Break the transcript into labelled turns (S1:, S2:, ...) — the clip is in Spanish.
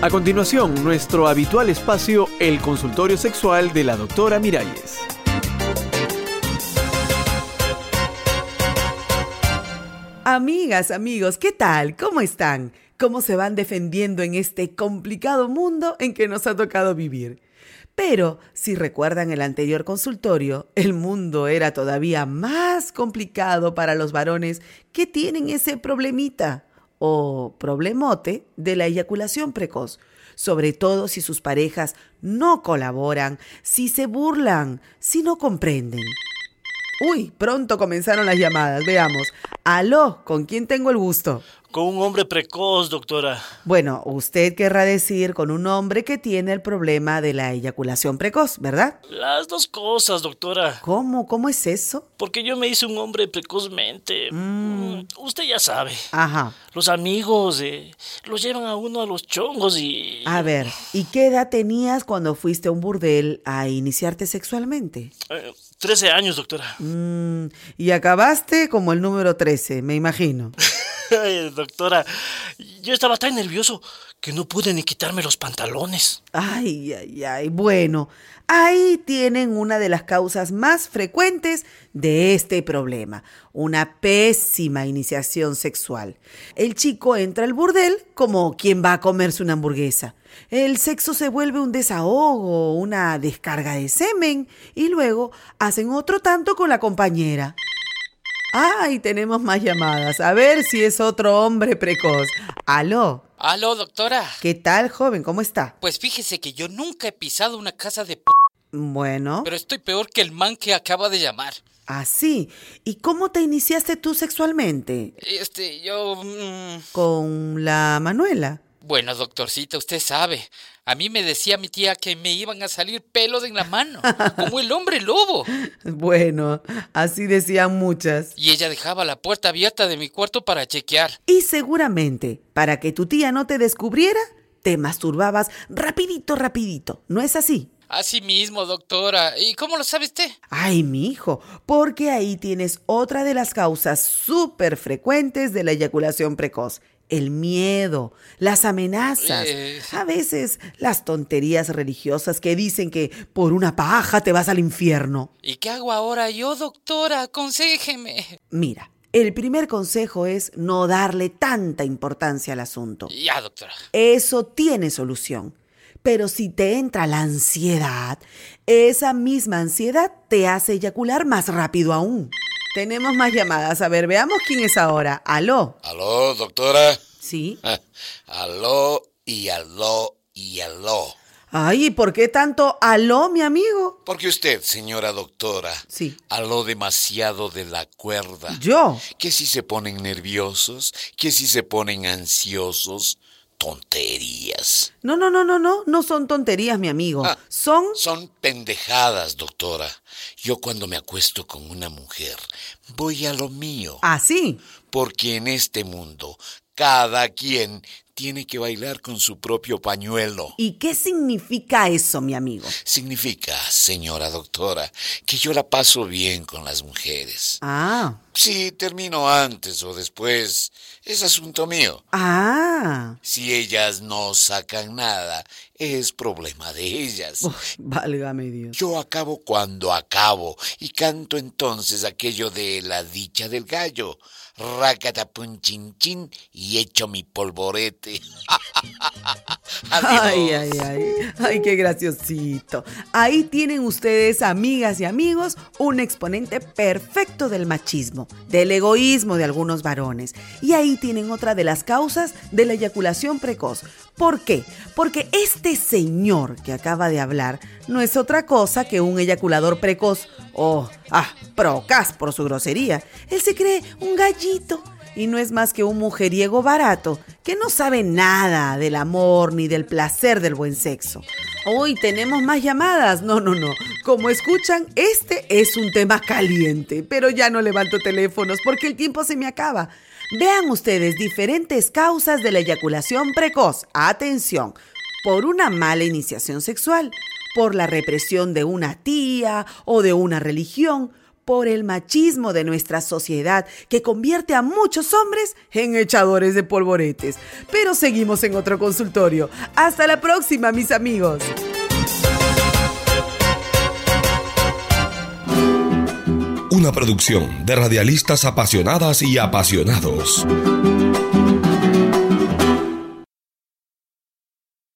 S1: A continuación, nuestro habitual espacio, el consultorio sexual de la doctora Miralles.
S2: Amigas, amigos, ¿qué tal? ¿Cómo están? ¿Cómo se van defendiendo en este complicado mundo en que nos ha tocado vivir? Pero si recuerdan el anterior consultorio, el mundo era todavía más complicado para los varones que tienen ese problemita o problemote de la eyaculación precoz, sobre todo si sus parejas no colaboran, si se burlan, si no comprenden. Uy, pronto comenzaron las llamadas, veamos. Aló, ¿con quién tengo el gusto?
S3: Con un hombre precoz, doctora.
S2: Bueno, usted querrá decir con un hombre que tiene el problema de la eyaculación precoz, ¿verdad?
S3: Las dos cosas, doctora.
S2: ¿Cómo? ¿Cómo es eso?
S3: Porque yo me hice un hombre precozmente. Mm, Usted ya sabe.
S2: Ajá.
S3: Los amigos eh, los llevan a uno a los chongos y...
S2: A ver, ¿y qué edad tenías cuando fuiste a un burdel a iniciarte sexualmente?
S3: Eh, 13 años, doctora.
S2: Mm, y acabaste como el número 13, me imagino.
S3: Ay, doctora, yo estaba tan nervioso que no pude ni quitarme los pantalones.
S2: Ay, ay, ay. Bueno, ahí tienen una de las causas más frecuentes de este problema, una pésima iniciación sexual. El chico entra al burdel como quien va a comerse una hamburguesa. El sexo se vuelve un desahogo, una descarga de semen y luego hacen otro tanto con la compañera. Ay, tenemos más llamadas. A ver si es otro hombre precoz. Aló.
S4: Aló, doctora.
S2: ¿Qué tal, joven? ¿Cómo está?
S4: Pues fíjese que yo nunca he pisado una casa de p...
S2: Bueno.
S4: Pero estoy peor que el man que acaba de llamar.
S2: Así. ¿Y cómo te iniciaste tú sexualmente?
S4: Este, yo... mm,
S2: ¿Con la Manuela?
S4: Bueno, doctorcita, usted sabe. A mí me decía mi tía que me iban a salir pelos en la mano, como el hombre lobo.
S2: Bueno, así decían muchas.
S4: Y ella dejaba la puerta abierta de mi cuarto para chequear.
S2: Y seguramente, para que tu tía no te descubriera, te masturbabas rapidito, rapidito. ¿No es así?
S4: Así mismo, doctora. ¿Y cómo lo sabe usted?
S2: Ay, mi hijo, porque ahí tienes otra de las causas súper frecuentes de la eyaculación precoz. El miedo, las amenazas,
S4: Eh.
S2: a veces las tonterías religiosas que dicen que por una paja te vas al infierno.
S4: ¿Y qué hago ahora yo, doctora? Aconsejeme.
S2: Mira, el primer consejo es no darle tanta importancia al asunto.
S4: Ya, doctora.
S2: Eso tiene solución. Pero si te entra la ansiedad, esa misma ansiedad te hace eyacular más rápido aún. Tenemos más llamadas. A ver, veamos quién es ahora. Aló.
S5: Aló, doctora.
S2: ¿Sí?
S5: Aló y aló y aló.
S2: Ay, ¿y por qué tanto aló, mi amigo?
S5: Porque usted, señora doctora,
S2: Sí.
S5: aló demasiado de la cuerda.
S2: Yo.
S5: Que si se ponen nerviosos, que si se ponen ansiosos, tonterías.
S2: No, no, no, no, no. No son tonterías, mi amigo.
S5: Ah.
S2: Son...
S5: Son pendejadas, doctora. Yo cuando me acuesto con una mujer, voy a lo mío.
S2: Así.
S5: Porque en este mundo, cada quien tiene que bailar con su propio pañuelo.
S2: ¿Y qué significa eso, mi amigo?
S5: Significa, señora doctora, que yo la paso bien con las mujeres.
S2: Ah.
S5: Si termino antes o después, es asunto mío.
S2: Ah.
S5: Si ellas no sacan nada, es problema de ellas.
S2: Uf, válgame Dios.
S5: Yo acabo cuando acabo y canto entonces aquello de la dicha del gallo. Racatapun chin chin y echo mi polvorete. Adiós.
S2: Ay, ay, ay. Ay, qué graciosito. Ahí tienen ustedes, amigas y amigos, un exponente perfecto del machismo, del egoísmo de algunos varones. Y ahí tienen otra de las causas de la eyaculación precoz. ¿Por qué? Porque este señor que acaba de hablar no es otra cosa que un eyaculador precoz o, ah, procas por su grosería. Él se cree un gallito y no es más que un mujeriego barato que no sabe nada del amor ni del placer del buen sexo. Hoy tenemos más llamadas. No, no, no. Como escuchan, este es un tema caliente, pero ya no levanto teléfonos porque el tiempo se me acaba. Vean ustedes diferentes causas de la eyaculación precoz. Atención, por una mala iniciación sexual, por la represión de una tía o de una religión, por el machismo de nuestra sociedad que convierte a muchos hombres en echadores de polvoretes. Pero seguimos en otro consultorio. Hasta la próxima, mis amigos.
S6: Una producción de radialistas apasionadas y apasionados.